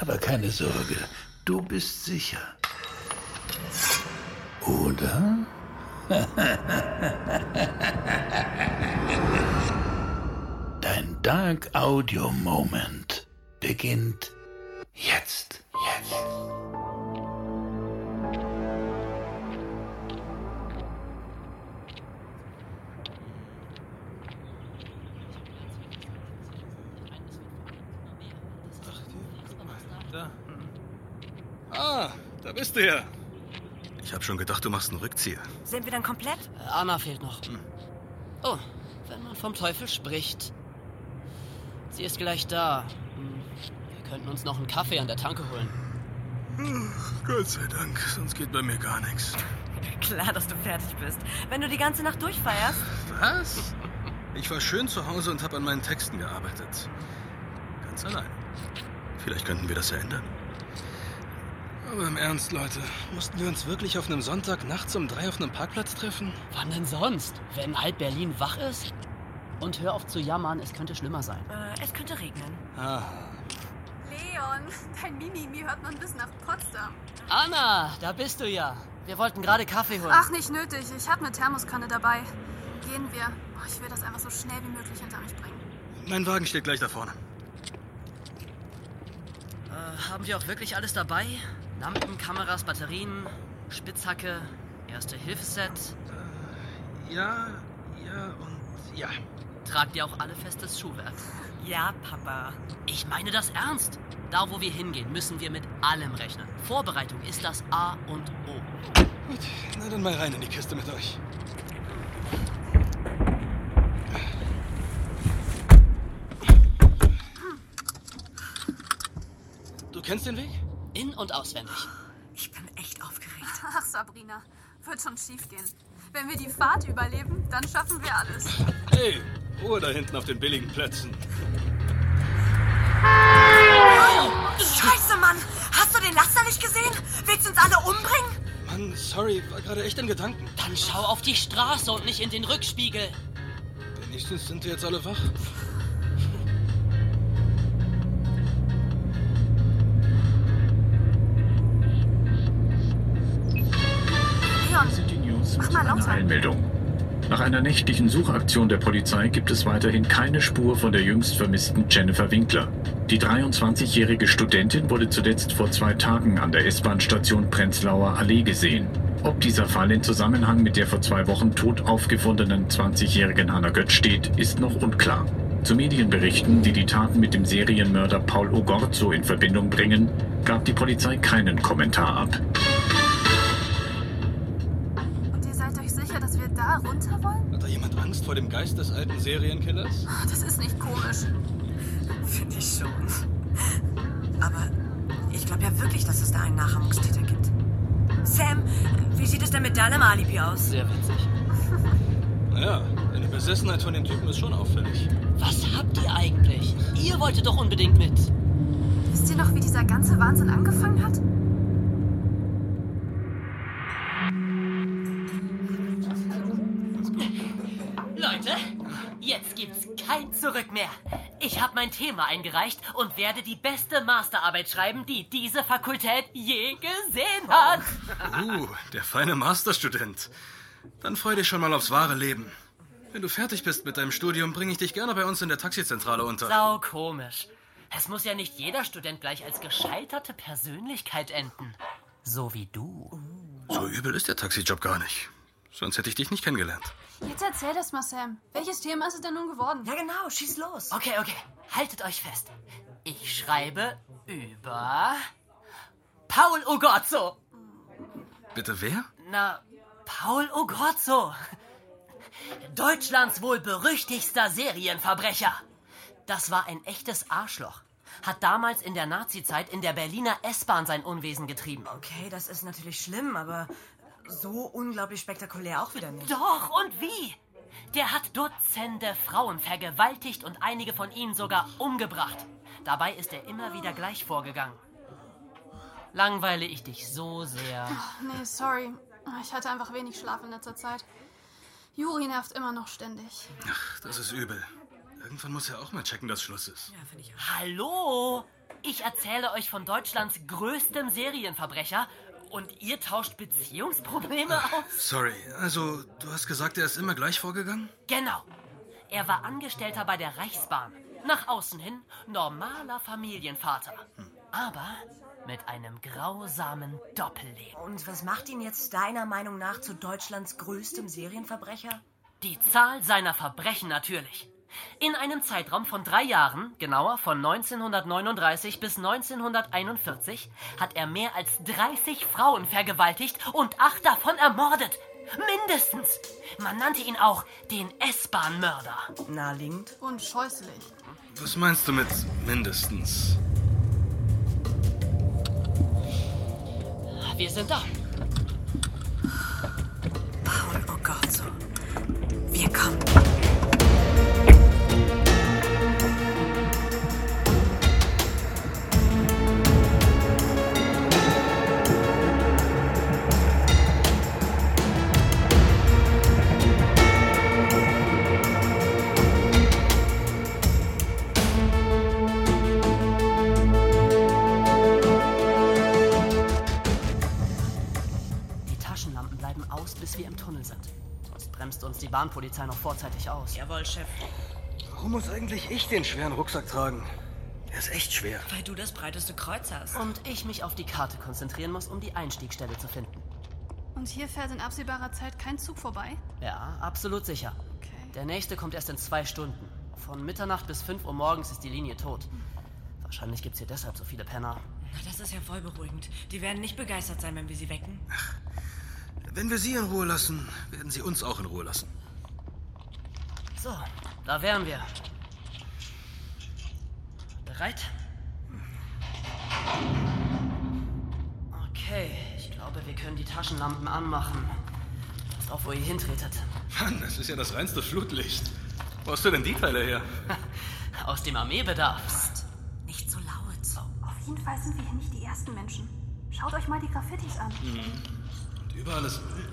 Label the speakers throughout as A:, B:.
A: Aber keine Sorge, du bist sicher. Oder? Dein Dark Audio Moment beginnt jetzt. Jetzt.
B: Ah, da bist du ja.
C: Ich habe schon gedacht, du machst einen Rückzieher.
D: Sind wir dann komplett?
E: Äh, Anna fehlt noch. Oh, wenn man vom Teufel spricht. Sie ist gleich da. Hm, Wir könnten uns noch einen Kaffee an der Tanke holen.
C: Gott sei Dank, sonst geht bei mir gar nichts.
D: Klar, dass du fertig bist. Wenn du die ganze Nacht durchfeierst.
C: Was? Ich war schön zu Hause und habe an meinen Texten gearbeitet. Ganz allein. Vielleicht könnten wir das ja ändern. Aber im Ernst, Leute, mussten wir uns wirklich auf einem Sonntag nachts um drei auf einem Parkplatz treffen?
E: Wann denn sonst? Wenn halb Berlin wach ist? Und hör auf zu jammern, es könnte schlimmer sein.
D: Äh, es könnte regnen.
C: Ah,
F: Leon, dein Mimimi hört man bis nach Potsdam.
E: Anna, da bist du ja. Wir wollten gerade Kaffee holen.
F: Ach, nicht nötig. Ich habe eine Thermoskanne dabei. Gehen wir. Oh, ich will das einfach so schnell wie möglich hinter mich bringen.
C: mein Wagen steht gleich da vorne.
E: Äh, haben wir auch wirklich alles dabei? Lampen, Kameras, Batterien, Spitzhacke, Erste-Hilfe-Set.
C: Ja, ja und ja.
E: Tragt ihr auch alle festes Schuhwerk?
D: Ja, Papa.
E: Ich meine das ernst. Da, wo wir hingehen, müssen wir mit allem rechnen. Vorbereitung ist das A und O.
C: Gut, na dann mal rein in die Kiste mit euch. Du kennst den Weg?
E: In- und auswendig.
D: Ich bin echt aufgeregt.
F: Ach, Sabrina, wird schon schief gehen. Wenn wir die Fahrt überleben, dann schaffen wir alles.
C: Hey, Ruhe da hinten auf den billigen Plätzen.
D: Scheiße, Mann! Hast du den Laster nicht gesehen? Willst du uns alle umbringen?
C: Mann, sorry, war gerade echt in Gedanken.
E: Dann schau auf die Straße und nicht in den Rückspiegel.
C: Wenigstens sind wir jetzt alle wach.
F: Leon,
G: sind die News
F: Mach
G: mit
F: mal
G: einer
F: lauter.
G: Einmeldung. Nach einer nächtlichen Suchaktion der Polizei gibt es weiterhin keine Spur von der jüngst vermissten Jennifer Winkler. Die 23-jährige Studentin wurde zuletzt vor zwei Tagen an der S-Bahn-Station Prenzlauer Allee gesehen. Ob dieser Fall in Zusammenhang mit der vor zwei Wochen tot aufgefundenen 20-jährigen Hannah Götz steht, ist noch unklar. Zu Medienberichten, die die Taten mit dem Serienmörder Paul Ogorzo in Verbindung bringen, gab die Polizei keinen Kommentar ab.
F: und ihr seid euch sicher, dass wir da runter wollen?
C: Hat da jemand Angst vor dem Geist des alten Serienkillers?
F: Oh, das ist nicht komisch.
D: Finde ich schon. Aber ich glaube ja wirklich, dass es da einen Nachahmungstäter gibt. Sam, wie sieht es denn mit deinem Alibi aus?
E: Sehr witzig.
C: Naja, eine Besessenheit von dem Typen ist schon auffällig.
E: Was habt ihr eigentlich? Ihr wolltet doch unbedingt mit.
F: Wisst ihr noch, wie dieser ganze Wahnsinn angefangen hat?
E: Leute, jetzt gibt's kein Zurück mehr. Ich habe mein Thema eingereicht und werde die beste Masterarbeit schreiben, die diese Fakultät je gesehen hat.
C: Uh, der feine Masterstudent. Dann freu dich schon mal aufs wahre Leben. Wenn du fertig bist mit deinem Studium, bringe ich dich gerne bei uns in der Taxizentrale unter.
E: Sau komisch. Es muss ja nicht jeder Student gleich als gescheiterte Persönlichkeit enden. So wie du.
C: So übel ist der Taxijob gar nicht. Sonst hätte ich dich nicht kennengelernt.
F: Jetzt erzähl das mal, Sam. Welches Thema ist es denn nun geworden?
D: Ja, genau, schieß los.
E: Okay, okay. Haltet euch fest. Ich schreibe über Paul Ogorzo.
C: Bitte wer?
E: Na, Paul Ogorzo. Deutschlands wohl berüchtigster Serienverbrecher. Das war ein echtes Arschloch. hat damals in der Nazizeit in der Berliner S-Bahn sein Unwesen getrieben.
D: Okay, das ist natürlich schlimm, aber so unglaublich spektakulär auch wieder nicht.
E: Doch, und wie? Der hat Dutzende Frauen vergewaltigt und einige von ihnen sogar umgebracht. Dabei ist er immer wieder gleich vorgegangen. Langweile ich dich so sehr.
F: Nee, sorry. Ich hatte einfach wenig Schlaf in letzter Zeit. Juri nervt immer noch ständig.
C: Ach, das ist übel. Irgendwann muss er auch mal checken, dass Schluss ist.
D: Ja, finde ich auch.
E: Hallo? Ich erzähle euch von Deutschlands größtem Serienverbrecher und ihr tauscht Beziehungsprobleme aus?
C: Sorry, also du hast gesagt, er ist immer gleich vorgegangen?
E: Genau. Er war Angestellter bei der Reichsbahn. Nach außen hin normaler Familienvater. Aber mit einem grausamen Doppelleben.
D: Und was macht ihn jetzt deiner Meinung nach zu Deutschlands größtem Serienverbrecher?
E: Die Zahl seiner Verbrechen natürlich. In einem Zeitraum von drei Jahren, genauer von 1939 bis 1941, hat er mehr als 30 Frauen vergewaltigt und acht davon ermordet. Mindestens. Man nannte ihn auch den S-Bahn-Mörder.
D: Naheliegend.
F: Und scheußlich.
C: Was meinst du mit mindestens?
E: Ah, Wir sind da.
D: Paul, oh Gott, so. Wir kommen.
E: Die Taschenlampen bleiben aus, bis wir im Tunnel sind. Sonst bremst uns die Bahnpolizei noch vorzeitig aus.
D: Jawohl, Chef.
C: Warum muss eigentlich ich den schweren Rucksack tragen? Der ist echt schwer.
D: Weil du das breiteste Kreuz hast.
E: Und ich mich auf die Karte konzentrieren muss, um die Einstiegsstelle zu finden.
F: Und hier fährt in absehbarer Zeit kein Zug vorbei?
E: Ja, absolut sicher.
F: Okay.
E: Der nächste kommt erst in zwei Stunden. Von Mitternacht bis 5 Uhr morgens ist die Linie tot. Wahrscheinlich gibt's hier deshalb so viele Penner.
D: Das ist ja voll beruhigend. Die werden nicht begeistert sein, wenn wir sie wecken.
C: Wenn wir sie in Ruhe lassen, werden sie uns auch in Ruhe lassen.
E: So, da wären wir. Bereit? Okay, ich glaube, wir können die Taschenlampen anmachen. Passt auf, wo ihr hintretet.
C: Mann, das ist ja das reinste Flutlicht. Wo hast du denn die Teile her?
E: Aus dem Armeebedarf.
D: Nicht so laut.
F: Auf jeden Fall sind wir hier nicht die ersten Menschen. Schaut euch mal die Graffitis an.
C: Und überall ist Müll.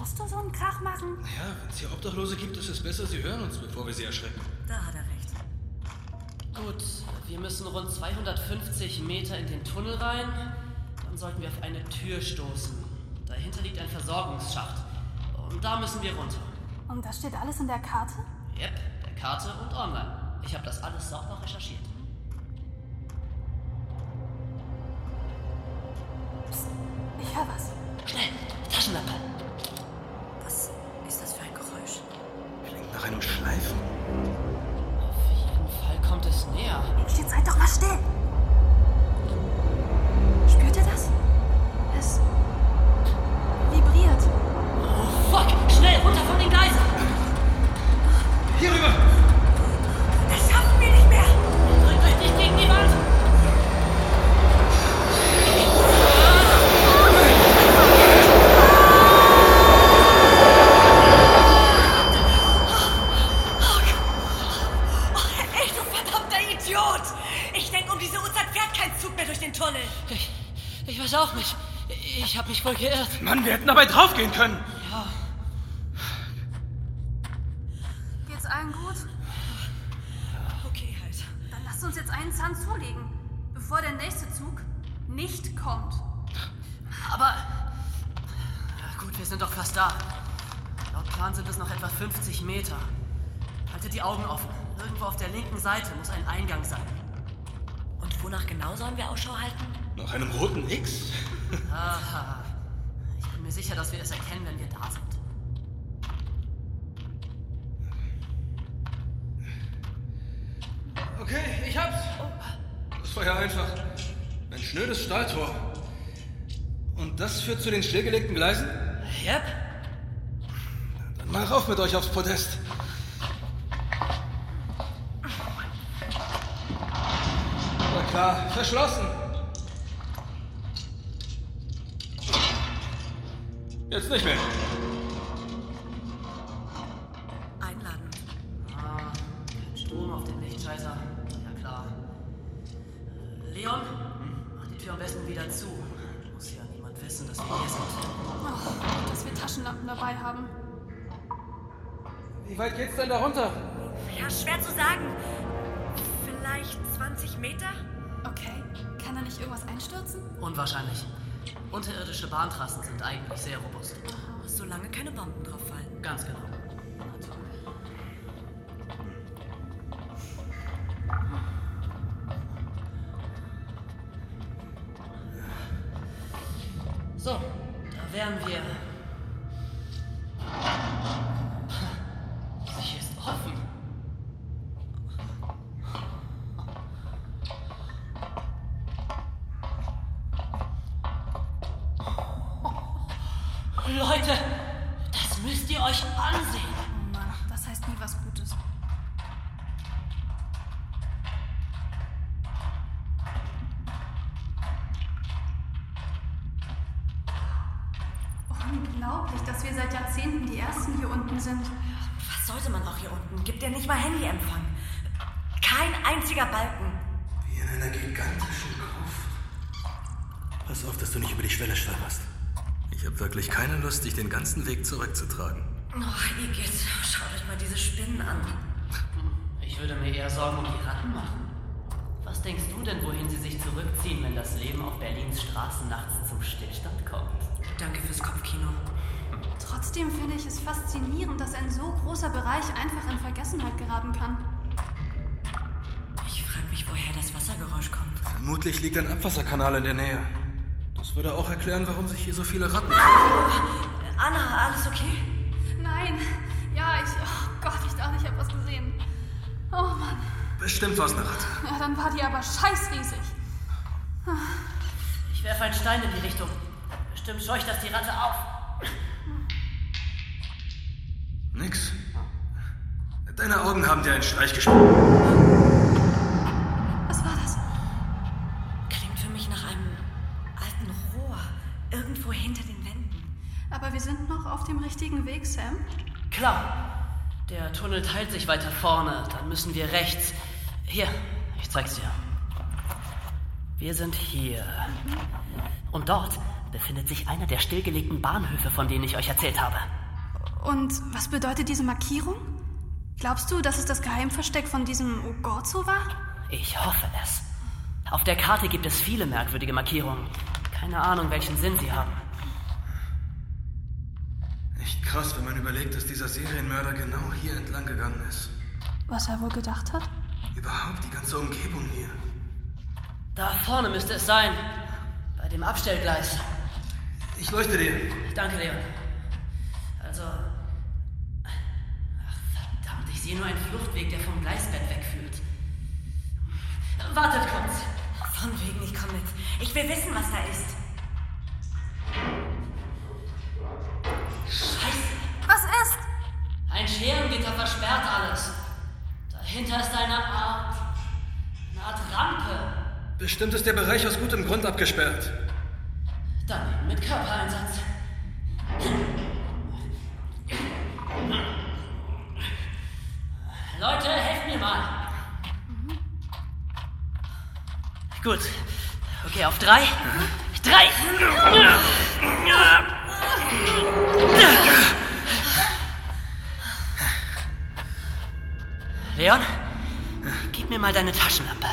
F: Musst du so einen Krach machen?
C: Ja, wenn es hier Obdachlose gibt, ist es besser, sie hören uns, bevor wir sie erschrecken.
D: Da hat er recht.
E: Gut, wir müssen rund 250 Meter in den Tunnel rein. Dann sollten wir auf eine Tür stoßen. Dahinter liegt ein Versorgungsschacht. Und da müssen wir runter.
F: Und das steht alles in der Karte?
E: Yep, der Karte und online. Ich habe das alles sauber recherchiert.
F: Ich höre was.
E: Schnell, Taschenlampe.
D: Was ist das für ein Geräusch?
C: Klingt nach einem Schleifen.
E: Auf jeden Fall kommt es näher.
F: Jetzt seid doch mal still! Spürt ihr das? Es vibriert.
E: Fuck, schnell runter von den Gleisen.
C: Hier rüber!
D: Das schaffen wir nicht mehr!
E: Drückt euch nicht gegen die Wand.
D: Echt, du verdammter Idiot! Ich denke, um diese Uhrzeit fährt kein Zug mehr durch den Tunnel.
E: Ich, ich weiß auch nicht. Ich habe mich wohl geirrt.
C: Mann, wir hätten dabei draufgehen können!
F: Geht's allen gut?
D: Okay, halt.
F: Dann lasst uns jetzt einen Zahn zulegen, bevor der nächste Zug nicht kommt.
E: Aber. Na Gut, wir sind doch fast da. Laut Plan sind es noch etwa 50 Meter. Haltet die Augen offen. Irgendwo auf der linken Seite muss ein Eingang sein.
D: Und wonach genau sollen wir Ausschau halten?
C: Nach einem roten X?
E: Aha. Ich bin mir sicher, dass wir es erkennen, wenn wir da sind.
C: Okay, ich hab's. Das war ja einfach. Ein schnödes Stahltor. Und das führt zu den stillgelegten Gleisen?
E: Yep.
C: Dann mal rauf mit euch aufs Podest.
B: Klar, verschlossen. Jetzt nicht mehr.
D: Einladen.
E: Ah, kein Strom auf dem Lichtschalter. Ja klar. Äh, Leon, mach die Tür am besten wieder zu. Muss ja niemand wissen, dass wir hier sind.
F: Oh, dass wir Taschenlampen dabei haben.
B: Wie weit geht's denn da runter?
D: Ja, schwer zu sagen. Vielleicht 20 Meter?
F: Okay. Kann er nicht irgendwas einstürzen?
E: Unwahrscheinlich. Unterirdische Bahntrassen sind eigentlich sehr robust.
D: Solange keine Bomben drauf fallen.
E: Ganz genau. So, da wären wir. Hier ist offen. Leute, das müsst ihr euch ansehen.
F: Oh Mann, das heißt nie was Gutes. Unglaublich, dass wir seit Jahrzehnten die Ersten hier unten sind.
D: Was sollte man auch hier unten? Gibt ja nicht mal Handyempfang. Kein einziger Balken.
H: Wie in einer gigantischen Gruft. Pass auf, dass du nicht über die Schwelle stolperst.
C: Ich habe wirklich keine Lust, dich den ganzen Weg zurückzutragen.
D: Oh, Igitt, schaut euch mal diese Spinnen an.
E: Ich würde mir eher Sorgen um die Ratten machen. Was denkst du denn, wohin sie sich zurückziehen, wenn das Leben auf Berlins Straßen nachts zum Stillstand kommt?
D: Danke fürs Kopfkino.
F: Trotzdem finde ich es faszinierend, dass ein so großer Bereich einfach in Vergessenheit geraten kann.
D: Ich frage mich, woher das Wassergeräusch kommt.
C: Vermutlich liegt ein Abwasserkanal in der Nähe. Das würde auch erklären, warum sich hier so viele Ratten.
D: Anna, alles okay?
F: Nein, ja, ich. Oh Gott, ich dachte, ich habe was gesehen. Oh Mann,
C: Bestimmt was eine Ratte.
F: ja, dann war die aber scheißriesig.
E: Ich werfe einen Stein in die Richtung. Bestimmt scheucht das die Ratte auf.
C: Nix. Deine Augen haben dir einen Streich gespielt.
F: Was war das?
D: Klingt für mich nach einem alten Rohr. Irgendwo hinter den Wänden.
F: Aber wir sind noch auf dem richtigen Weg, Sam.
E: Klar, der Tunnel teilt sich weiter vorne. Dann müssen wir rechts. Hier, ich zeig's dir. Wir sind hier. Und dort befindet sich einer der stillgelegten Bahnhöfe, von denen ich euch erzählt habe.
F: Und was bedeutet diese Markierung? Glaubst du, dass es das Geheimversteck von diesem Ogorzo war?
E: Ich hoffe es. Auf der Karte gibt es viele merkwürdige Markierungen. Keine Ahnung, welchen Sinn sie haben.
C: Echt krass, wenn man überlegt, dass dieser Serienmörder genau hier entlang gegangen ist.
F: Was er wohl gedacht hat?
C: Überhaupt die ganze Umgebung hier.
E: Da vorne müsste es sein. Bei dem Abstellgleis.
C: Ich leuchte dir.
E: Danke, Leon. Also. Ach, verdammt, ich sehe nur einen Fluchtweg, der vom Gleisbett wegführt. Wartet kurz.
D: Von wegen, ich komme mit. Ich will wissen, was da ist.
F: Was ist?
E: Ein Scherengitter versperrt alles. Dahinter ist eine Art. eine Art Rampe.
C: Bestimmt ist der Bereich aus gutem Grund abgesperrt.
E: Daneben mit Körpereinsatz. Leute, helft mir mal. Gut. Okay, auf drei. Drei! Leon, gib mir mal deine Taschenlampe.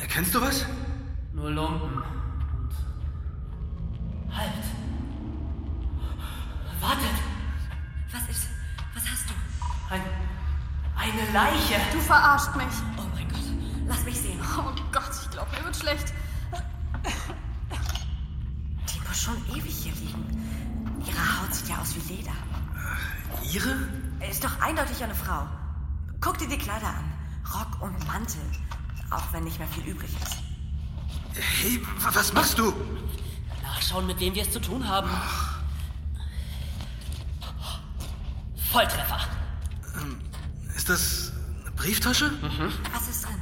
C: Erkennst du was?
E: Nur Lumpen. Und. Halt! Wartet!
D: Was ist. Was hast du?
E: Ein, eine Leiche!
F: Du verarscht mich.
D: Oh mein Gott. Lass mich sehen.
F: Oh Gott, ich glaube, mir wird schlecht.
D: Die muss schon ewig hier liegen. Ihre Haut sieht ja aus wie Leder.
C: Ihre?
D: Ist doch eindeutig eine Frau. Guck dir die Kleider an. Rock und Mantel. Auch wenn nicht mehr viel übrig ist.
C: Hey, wa- was machst du?
E: Nachschauen, mit wem wir es zu tun haben. Volltreffer!
C: Ist das eine Brieftasche?
D: Was ist drin?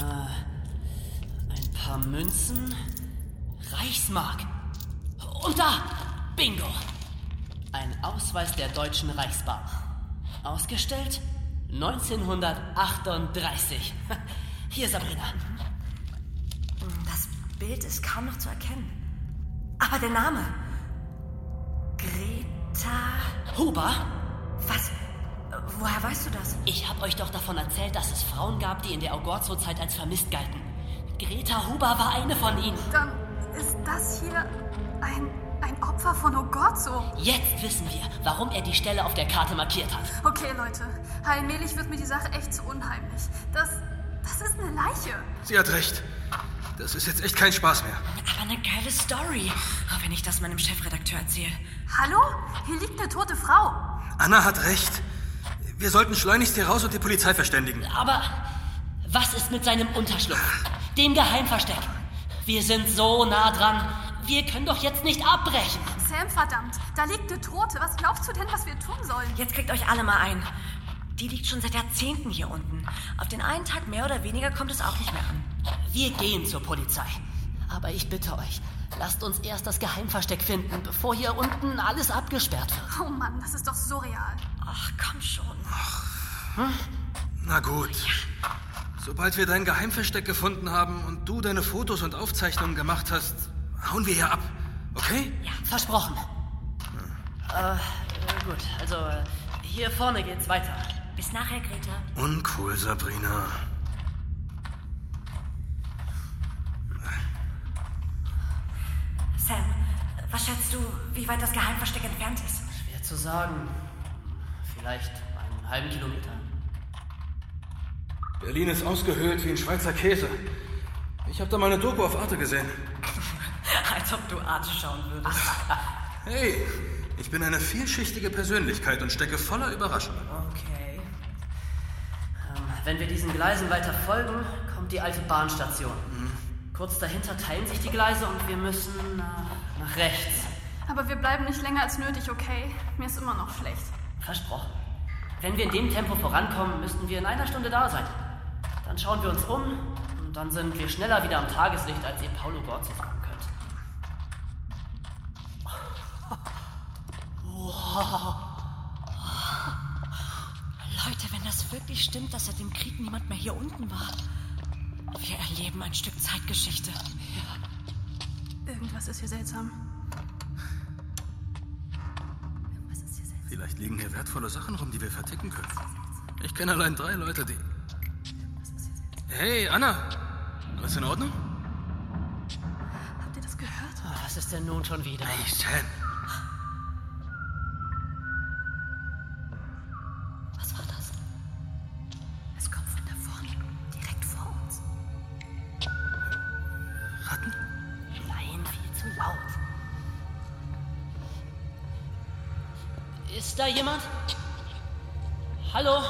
E: Ein paar Münzen. Reichsmark. Und da! Bingo! Ein Ausweis der Deutschen Reichsbahn. Ausgestellt 1938. Hier, Sabrina.
D: Das Bild ist kaum noch zu erkennen. Aber der Name. Greta.
E: Huber,
D: Was? Woher weißt du das?
E: ich hab euch doch davon erzählt, dass es Frauen gab, die in der Ogorzo-Zeit als vermisst galten. Greta Huber war eine von ihnen.
F: Dann ist das hier ein, ein Opfer von Ogorzo.
E: Jetzt wissen wir, warum er die Stelle auf der Karte markiert hat.
F: Okay, Leute, allmählich wird mir die Sache echt zu unheimlich. Das, das ist eine Leiche.
C: Sie hat recht. Das ist jetzt echt kein Spaß mehr.
D: Aber eine geile Story. Oh, wenn ich das meinem Chefredakteur erzähle.
F: Hallo? Hier liegt eine tote Frau.
C: Anna hat recht. Wir sollten schleunigst hier raus und die Polizei verständigen.
E: Aber was ist mit seinem Unterschlupf? Dem Geheimversteck? Wir sind so nah dran. Wir können doch jetzt nicht abbrechen.
F: Sam, verdammt, da liegt eine Tote. Was glaubst du denn, was wir tun sollen?
D: Jetzt kriegt euch alle mal ein. Die liegt schon seit Jahrzehnten hier unten. Auf den einen Tag mehr oder weniger kommt es auch nicht mehr an.
E: Wir gehen zur Polizei. Aber ich bitte euch, lasst uns erst das Geheimversteck finden, bevor hier unten alles abgesperrt wird.
F: Oh Mann, das ist doch surreal.
D: Ach, komm schon.
C: Na gut. Sobald wir dein Geheimversteck gefunden haben und du deine Fotos und Aufzeichnungen gemacht hast, hauen wir hier ab. Okay?
E: Versprochen. Äh, gut, also äh, hier vorne geht's weiter.
D: Bis nachher, Greta.
C: Uncool, Sabrina.
D: Sam, was schätzt du, wie weit das Geheimversteck entfernt ist?
E: Schwer zu sagen. Vielleicht einen halben Kilometer.
C: Berlin ist ausgehöhlt wie ein Schweizer Käse. Ich habe da mal eine Doku auf Arte gesehen.
D: Als ob du Arte schauen würdest.
C: Hey, ich bin eine vielschichtige Persönlichkeit und stecke voller Überraschungen.
E: Okay. Ähm, wenn wir diesen Gleisen weiter folgen, kommt die alte Bahnstation. Kurz dahinter teilen sich die Gleise und wir müssen äh, nach, nach rechts.
F: Aber wir bleiben nicht länger als nötig, okay? Mir ist immer noch schlecht.
E: Versprochen. Wenn wir in dem Tempo vorankommen, müssten wir in einer Stunde da sein. Dann schauen wir uns um und dann sind wir schneller wieder am Tageslicht, als ihr Paulo Gorzi sagen könnt.
D: Leute, wenn das wirklich stimmt, dass seit dem Krieg niemand mehr hier unten war. Wir erleben ein Stück Zeitgeschichte.
F: Irgendwas ist hier seltsam.
D: Was ist hier seltsam?
C: Vielleicht liegen hier wertvolle Sachen rum, die wir verticken können. Ich kenne allein drei Leute, die.
D: Was ist hier seltsam?
C: Hey, Anna! Alles in Ordnung?
F: Habt ihr das gehört?
E: Ah, Was ist denn nun schon wieder?
C: Hey, Sam.
D: Was war das? Es kommt von da vorne, direkt vor uns.
C: Ratten?
E: Nein, viel zu laut. Ist da jemand? Hallo?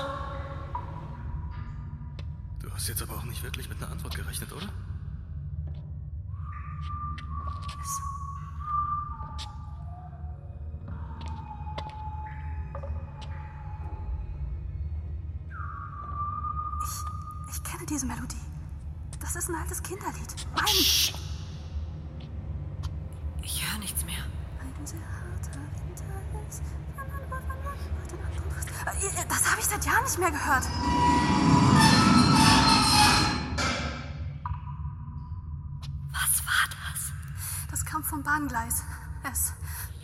C: Du hast jetzt aber auch nicht wirklich mit einer Antwort gerechnet, oder?
F: Ich, ich kenne diese Melodie. Das ist ein altes Kinderlied. Mein,
D: Ich höre nichts mehr.
F: ein sehr harter Winter ist. Wenn man war, wenn man wollte, man konnte es- Äh, Das habe ich seit Jahren nicht mehr gehört.
D: Was war das?
F: Das kam vom Bahngleis. Es, Oh